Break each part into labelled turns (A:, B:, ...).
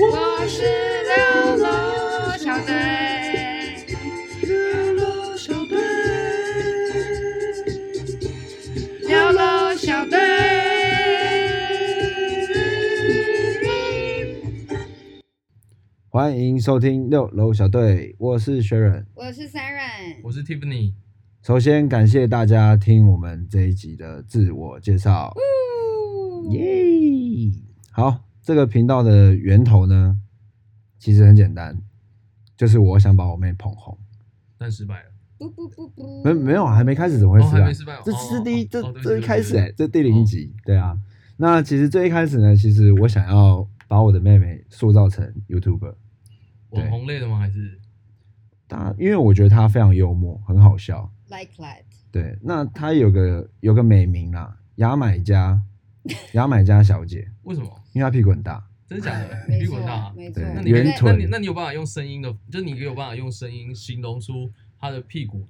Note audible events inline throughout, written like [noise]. A: 我是流浪小队，流浪小队，流浪小队。
B: 欢迎收听六楼小队，我是 Sharon。
A: 我是 Siren，
C: 我是 Tiffany，
B: 首先感谢大家听我们这一集的自我介绍，
C: 嗯
B: 耶！好，这个频道的源头呢，其实很简单，就是我想把我妹捧红。
C: 但失败了。
A: 不不不不，
B: 没没有，还没开始，怎么会
C: 嗯哦
B: 失
C: 还
B: 败？
C: 没失败哦
B: 这是第一，
C: 哦
B: 这
C: 哦对不起
B: 这一开始哎、
C: 对哦
B: 这第零集，对啊。那其实最一开始呢，其实我想要把我的妹妹塑造成 YouTuber，
C: 网红类的吗？还是
B: 她因为我觉得她非常幽默，很好笑。
A: ，like that，
B: 对，那她有个有个美名啦，牙买加，牙买加小姐，
C: 为什么？
B: 因为她屁股很大。
C: 真的假的？
A: 没
C: 屁股
A: 错
C: 很大啊，。
A: 没错。
B: 对
C: 那
A: 我
C: 你
A: 在
B: 圆
C: 那
B: 臀
C: 你那你有办法用声音的，就是你有办法用声音形容出他的屁股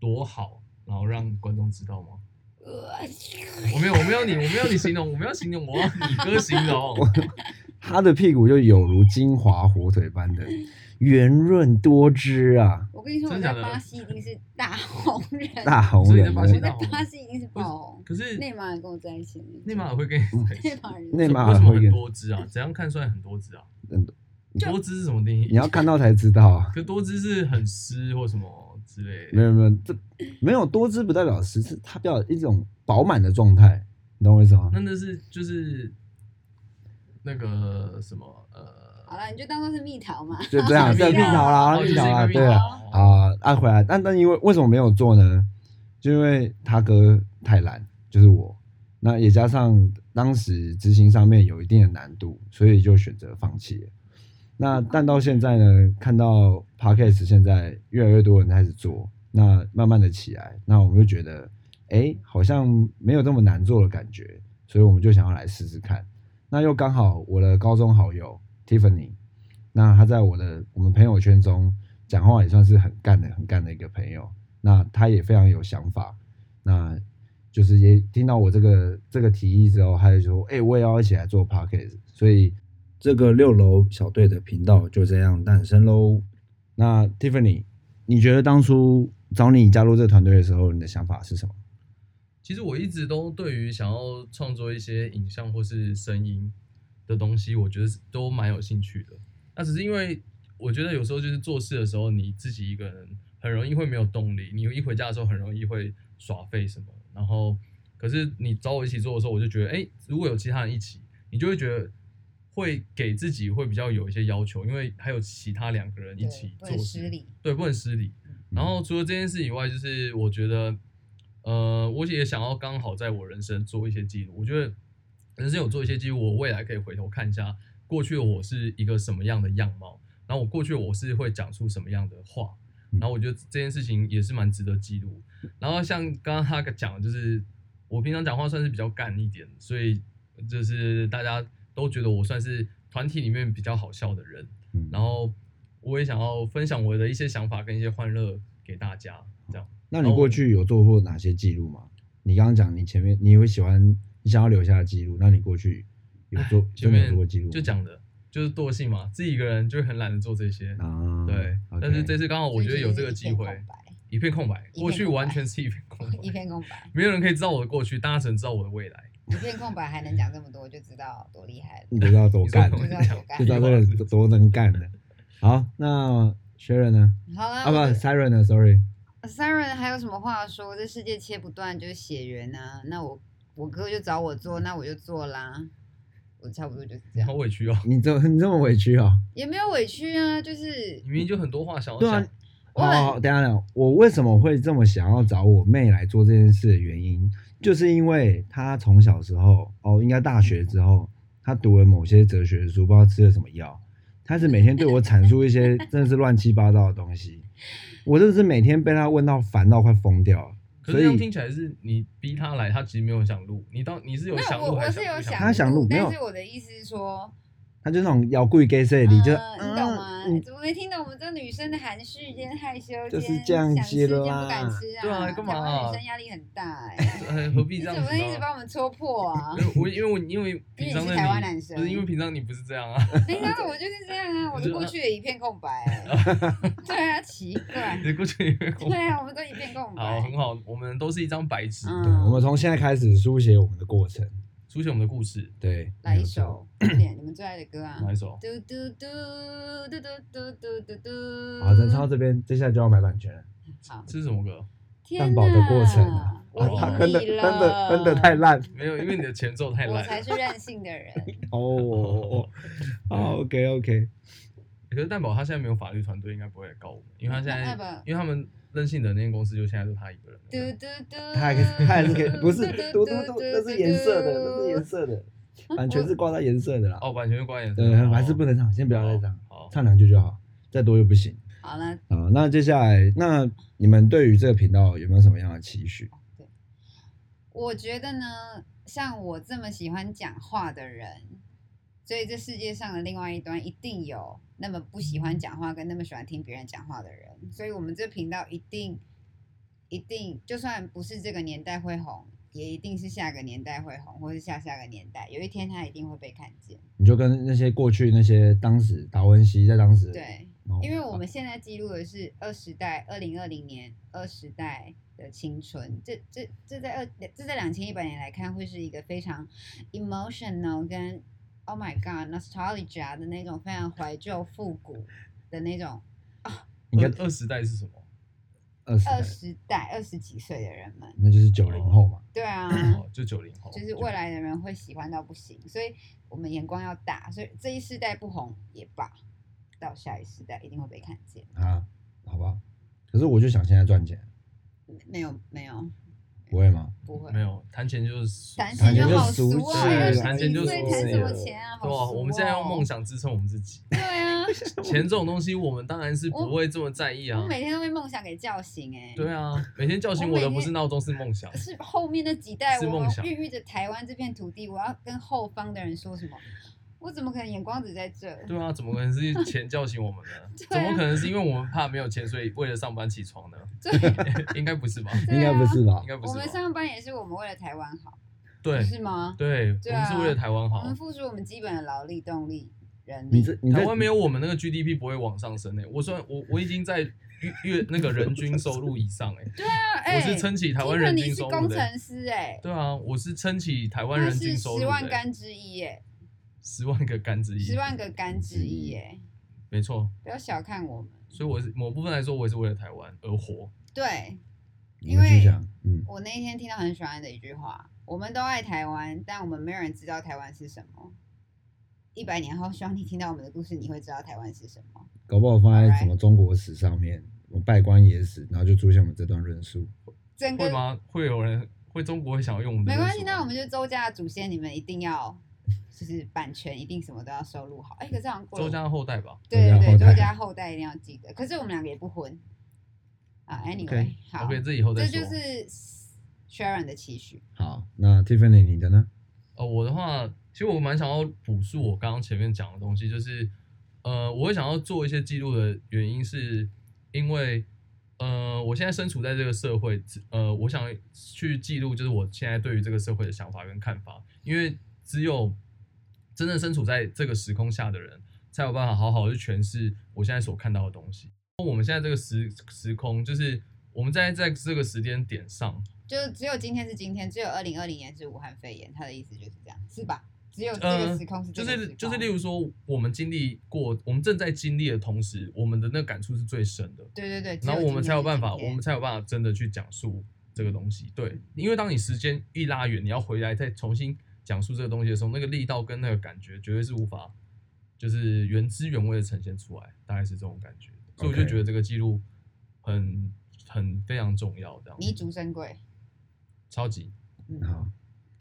C: 多好，然后让观众知道吗？我没有，我没有你，我没有你形容，我没有形容，我要你哥形容。
B: 她的屁股就有如金华火腿般的圆润多汁啊，
A: 我跟你说，我
C: 真的
A: 在
C: 假的
A: 巴西一定是大红人，
B: 大红
C: 所以
B: 人
C: 在
B: 呢。
C: 巴西
A: 我在
C: 大红人
A: 巴西一定是爆红。
C: 可是
A: 内马尔跟我在一起那种，
C: 内马尔会跟你在一起
A: 内马尔
B: 嗯内马尔
C: 为什么
B: 会跟
C: 很多汁啊？怎样看出来很多汁啊？
B: 很
C: 多汁是什么定
B: 你
C: 义？
B: 要看到才知道啊。
C: 可多汁是很湿或什么之类
B: 没
C: 的。
B: 有没有，这没有多汁不代表实，是它表示一种饱满的状态，你懂我意思吗
C: 那？那是就是那个什么呃，
A: 好了，你就当做是蜜桃嘛。
B: 就这样，
C: 是
B: 这
C: 个
B: 蜜
C: 蜜桃
B: 桃啦，
C: 哦
B: 蜜桃啦，
C: 就是一个蜜
B: 对啊，
C: 桃
B: 啊，按回来，但但因为为什么没有做呢？就因为他哥太懒，就是我，那也加上当时执行上面有一定的难度，所以就选择放弃了。那但到现在呢，看到 podcast 现在越来越多人开始做，那慢慢的起来，那我们就觉得，哎，好像没有这么难做的感觉，所以我们就想要来试试看。那又刚好我的高中好友 Tiffany，那她在我的我们朋友圈中讲话也算是很干的、很干的一个朋友。那她也非常有想法，那就是也听到我这个这个提议之后，她就说：“哎、我也要一起来做 podcast。”所以这个六楼小队的频道就这样诞生喽。那 Tiffany，你觉得当初找你加入这个团队的时候，你的想法是什么？
C: 其实我一直都对于想要创作一些影像或是声音的东西，我觉得是都蛮有兴趣的。那只是因为我觉得有时候就是做事的时候，你自己一个人很容易会没有动力，你一回家的时候很容易会耍废什么。然后，可是你找我一起做的时候，我就觉得，哎，如果有其他人一起，你就会觉得会给自己会比较有一些要求，因为还有其他两个人一起
A: 对不
C: 做
A: 能
C: 事
A: 失，礼。
C: 对，不能失礼。然后除了这件事以外，就是我觉得，呃，我也想要刚好在我人生做一些记录。我觉得人生有做一些记录，我未来可以回头看一下过去我是一个什么样的样貌，然后我过去我是会讲出什么样的话，
B: 嗯
C: 然后我觉得这件事情也是蛮值得记录。然后像刚刚他讲的，就是我平常讲话算是比较干一点，所以就是大家都觉得我算是团体里面比较好笑的人。
B: 嗯
C: 然后我也想要分享我的一些想法跟一些欢乐给大家，这样。
B: 那你过去有做过哪些记录吗？你刚刚讲你前面你会喜欢你想要留下的记录，那你过去有做
C: 哎前
B: 真的有
C: 面
B: 做过记录吗？
C: 就讲的，就是惰性嘛，自己一个人就会很懒得做这些。
B: 啊，
C: 对
B: OK
C: 但是这次刚哦好我觉得有这个
A: 所以其实
C: 机
A: 是一片
C: 会
A: 空，白
C: 一片空白，
A: 一片空白
C: 过去完全是一片空
A: 一
C: 白，
A: 片空白，
C: 没有人可以知道我的过去，大家只能知道我的未来。
A: 一片空白还能讲这么多，就知道多厉害了。
B: 你知道
C: [laughs]
B: 多干
A: 你
B: 的，
A: 知道多干
B: 就知道这个多能干的。好，那 Sharon 呢？
A: 好啦，
B: 啊不
A: 我觉
B: ，Siren 呢？Sorry，
A: 得 Siren 还有什么话说？这世界切不断就是血缘啊。那我我哥就找我做，那我就做啦。我差不多就是这
C: 你
A: 样
C: 好，委屈哦，
B: 你这你这么委屈哦。
A: 也没有委屈啊，就是
C: 你明明就很多话想要
B: 对啊
C: 讲，
A: 我
B: 哦，等一下等一下，我为什么会这么想要找我妹来做这件事的原因，就是因为她从小时候，哦，应该大学之后，她读了某些哲学书，不知道吃了什么药，开始每天对我阐述一些真的是乱七八糟的东西，我真的是每天被她问到烦到快疯掉了。
C: 可
B: 所
C: 是这样
B: 以
C: 听起来是你逼他来，他其实没有想录，你到你是有
A: 那
C: 想
A: 我
C: 录
A: 我
C: 还
A: 是有
C: 不
B: 他
C: 录
B: 想录没有
A: 但是我的意思是说，
B: 他就那种摇柜 gay 塞里就，
A: 嗯你懂吗？
B: 嗯
A: 怎么没听懂我们这女生的含蓄兼害羞兼
B: 就是这样
A: 想
B: 子
A: 吃兼
B: 的
A: 不敢
B: 啦
A: 吃啊？
C: 对啊干嘛
A: 台湾
C: 啊
A: 女生压力很大哎、
C: 哎何必
A: 你
C: 这
A: 怎
C: 样
A: 么
C: 子
A: 会一直
C: 呢？
A: 把我们戳破
C: [laughs]
A: 啊？
C: 因为我因为我因
A: [laughs]
C: 为
A: 因为你
C: 平常
A: 是
C: 的
A: 台湾
C: 你
A: 男生
C: 不是因为平常你不是这样啊，
A: [laughs] 平常我就是这样啊，我的过去也一片空白、 [laughs] 对啊，奇怪
C: 你。的过去也没有。
A: [laughs] 对啊，我们都一片空
C: 好，很
A: 白。
C: 好，我们都是一张白纸，
A: 嗯，
B: 我们从现在开始书写我们的过程。
C: 书写我们的故事。
B: 对，
A: 来
B: 没
A: 一
B: 有错
A: 首，快点，你们最爱的歌啊。
C: 哪一首？
A: 嘟嘟嘟嘟嘟嘟嘟嘟嘟。
B: 好，啊咱唱到这边，接下来就要买版权了。
A: 好。
C: 这是什么歌？
B: 蛋堡的过程啊，
A: 天哪
C: 啊
A: 我
B: 真
A: 赢
B: 的
A: 你
B: 真
A: 了，
B: 的真的太烂
C: 没有，因为你的前 [laughs] 奏太
A: [laughs] 我
C: 烂
A: 才
C: 了。
A: 是任性的
C: [laughs]
A: 人。 [laughs]
B: 哦。
A: 嗯
B: 好，OK OK，
C: 可是蛋宝他现在没有法律团队，应该不会来告我们，因为他现在
A: 蛋堡，
C: 因为他们任性的那间公司就现在就他一个人
A: 嘟
C: 了。
A: 嘟嘟。
B: 他还可以
A: 嗯
B: 他还是可以，不是嘟嘟嘟，那是颜色的，那是颜
A: 色。
B: 色的，版权是挂在颜色的啦。
C: 哦，版权就关颜色
B: 对，
C: 了，
B: 还是不能唱，先不要再
A: 哦
B: 唱，
C: 好。好，
B: 唱两句就好，再多又不行
A: 好了，
B: 啊。那接下来，那你们对于这个频道有没有什么样的期许？
A: 我觉得呢，像我这么喜欢讲话的人，所以这世界上的另外一端一定有那么不喜欢讲话跟那么喜欢听别人讲话的人，所以我们这频道一定一定，就算不是这个年代会红，也一定是下个年代会红，或是下下个年代，有一天他一定会被看见。
B: 你就跟那些过去那些当时达文西在当时，哦
A: 对，
B: 然后
A: 因为我们现在记录的是二十代，二零二零年二十代的青春，这这这在二这在两千一百年来看，会是一个非常 emotional 跟 oh my god nostalgia 的那种非常怀旧复古的那种
B: 应该
C: 二二十代是什么？
B: 二十代，
A: 二十代二十几岁的人们，
B: 那就是九零后嘛。
A: 对啊，
C: 哦，就九零后。
A: 就是未来的人会喜欢到不行，所以我们眼光要大，所以这一世代不红也罢，到下一世代一定会被看见，
B: 啊，好吧。可是我就想现在赚钱，
A: 没有没有
B: 不会吗？
A: 不会
C: 没。有谈钱就是
A: 谈
B: 钱
A: 就
B: 就
A: 好
B: 俗
A: 俗啊！
B: 气
A: 二十
B: 谈
A: 几
B: 钱就
A: 岁
B: 俗
A: 谈
B: 气
A: 什么
B: 了
A: 钱啊？好
C: 对啊，
A: 俗
C: 我们现在
A: 哦
C: 用梦。想支撑我们自己。
A: 对
C: [laughs]
A: 啊，
C: 钱这种东西，我们当然是不会这么在意
A: 我
C: 啊。
A: 每天都被梦想给叫醒哎。
C: 对啊，每天叫醒
A: 我
C: 我
A: 每
C: 的不
A: 天
C: 是闹钟，是梦
A: [laughs]
C: 想。
A: 是后面那几代，
C: 是
A: 我
C: 梦想
A: 孕育着台湾这片土地，我要跟后方的人说什么？我怎么可能眼光只在这？
C: 对啊，怎么可能是钱叫醒
A: [laughs]
C: 我们呢？
A: 对
C: 怎
A: 啊
C: 么可能是因为我们怕没有钱，所以为了上班起床呢？
A: [laughs]
C: [laughs]
A: 对，
C: 应该不是吧？
A: 对
B: [laughs]
A: 啊
B: 应该不是吧
C: 应？啊该不
A: 我
C: 是
A: 们
C: 吧？
A: 上班也是我们为了台湾好，不
C: 对
A: 是吗？
C: 对，
A: 对
C: 我们是
A: 啊
C: 为了台湾
A: 我
C: 好
A: 们。付出我们基本的劳力、动力、人
B: 你
A: 力。
B: 这你
C: 台
B: 这
C: 湾没有我们那个 GDP 不会往上升诶、我算我我已经在月月那个人均收入以上诶、
A: 啊哎
C: 我是撑起台湾人均收
A: 听说
C: 入
A: 你是
C: 的、
A: 工程师哎，
C: 对啊，我是撑起台湾
A: 他
C: 人
A: 是
C: 均收入
A: 十
C: 的、欸
A: 万杆之一哎，
C: 十万个杆之一，
A: 十万个杆之一哎，
C: 没错。
A: 不要小看我们。
C: 所以我是某部分来说，我也是为了台湾而活。
A: 对
B: 你们
A: 因为
B: 去想，嗯，
A: 我那一天听到很喜欢的一句话：我们都爱台湾，但我们没有人知道台湾是什么。一百年后，希望你听到我们的故事，你会知道台湾是什么。
B: 搞不好放在
A: Alright
B: 什么中国史上面，我拜官野史，然后就出现我们这段论述。
A: 整
C: 会
A: 个
C: 吗？会有人会中国会想要用我们
A: 嗯
C: 的
A: 没
C: 人数吗？
A: 关系，那我们就周家的祖先，你们一定要就是版权，一定什么都要收录好。哎、可是好像过了
C: 周家的后代吧。
A: 对对对，
B: 周家后代
A: 周家后代一定要记得。可是我们两个也不婚啊。Anyway，好
C: OK，这以后再
A: 这
C: 说。
A: 就是 Sharon 的期许。
B: 好，那 Tiffany 你的呢？
C: 呃，我的话，其实我蛮想要补述我刚刚前面讲的东西，就是呃，我会想要做一些记录的原因是因为呃，我现在身处在这个社会，呃，我想去记录就是我现在对于这个社会的想法跟看法，因为只有真正身处在这个时空下的人，才有办法好好地去诠释我现在所看到的东西。我们现在这个时时空，就是我们在在这个时间点上，
A: 就只有今天是今天，只有二零二零年是武汉肺炎，他的意思就是这样，是吧？只有这个时空是这
C: 嗯就
A: 个时
C: 是
A: 空，
C: 就是，例如说，我们经历过，我们正在经历的同时，我们的那个感触是最深的，
A: 对对对，只
C: 然后我们才有办法，
A: 今天
C: 我
A: 是
C: 们才有办法真的去讲述这个东西。对，因为当你时间一拉远，你要回来再重新讲述这个东西的时候，那个力道跟那个感觉绝对是无法，就是原汁原味的呈现出来，大概是这种感觉。所以我就
B: OK
C: 觉得这个记录很很非常重要，这样
A: 弥足珍贵。
C: 超级
A: 嗯，
B: 好，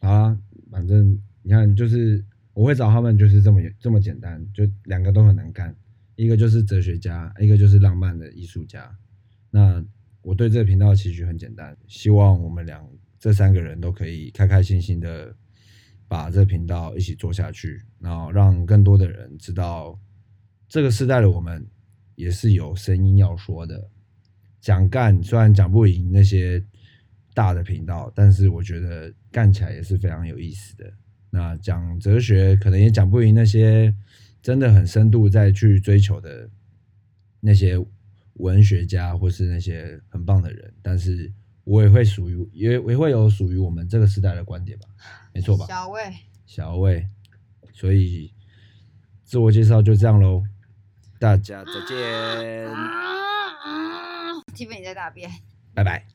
B: 好啦，反正你看，就是我会找他们，就是这么这么简单，就两个都很难干，一个就是哲学家，一个就是浪漫的艺术家。那我对这个频道的期许很简单，希望我们俩这三个人都可以开开心心的把这个频道一起做下去，然后让更多的人知道，这个时代的我们也是有声音要说的。讲干虽然讲不赢那些大的频道，但是我觉得干起来也是非常有意思的。那讲哲学可能也讲不赢那些真的很深度在去追求的那些文学家或是那些很棒的人，但是我也会属于也也会有属于我们这个时代的观点吧，没错吧？
A: 小魏，
B: 小魏，所以自我介绍就这样喽，大家再见，
A: 啊啊！Tiffany 在大便。
B: 拜拜。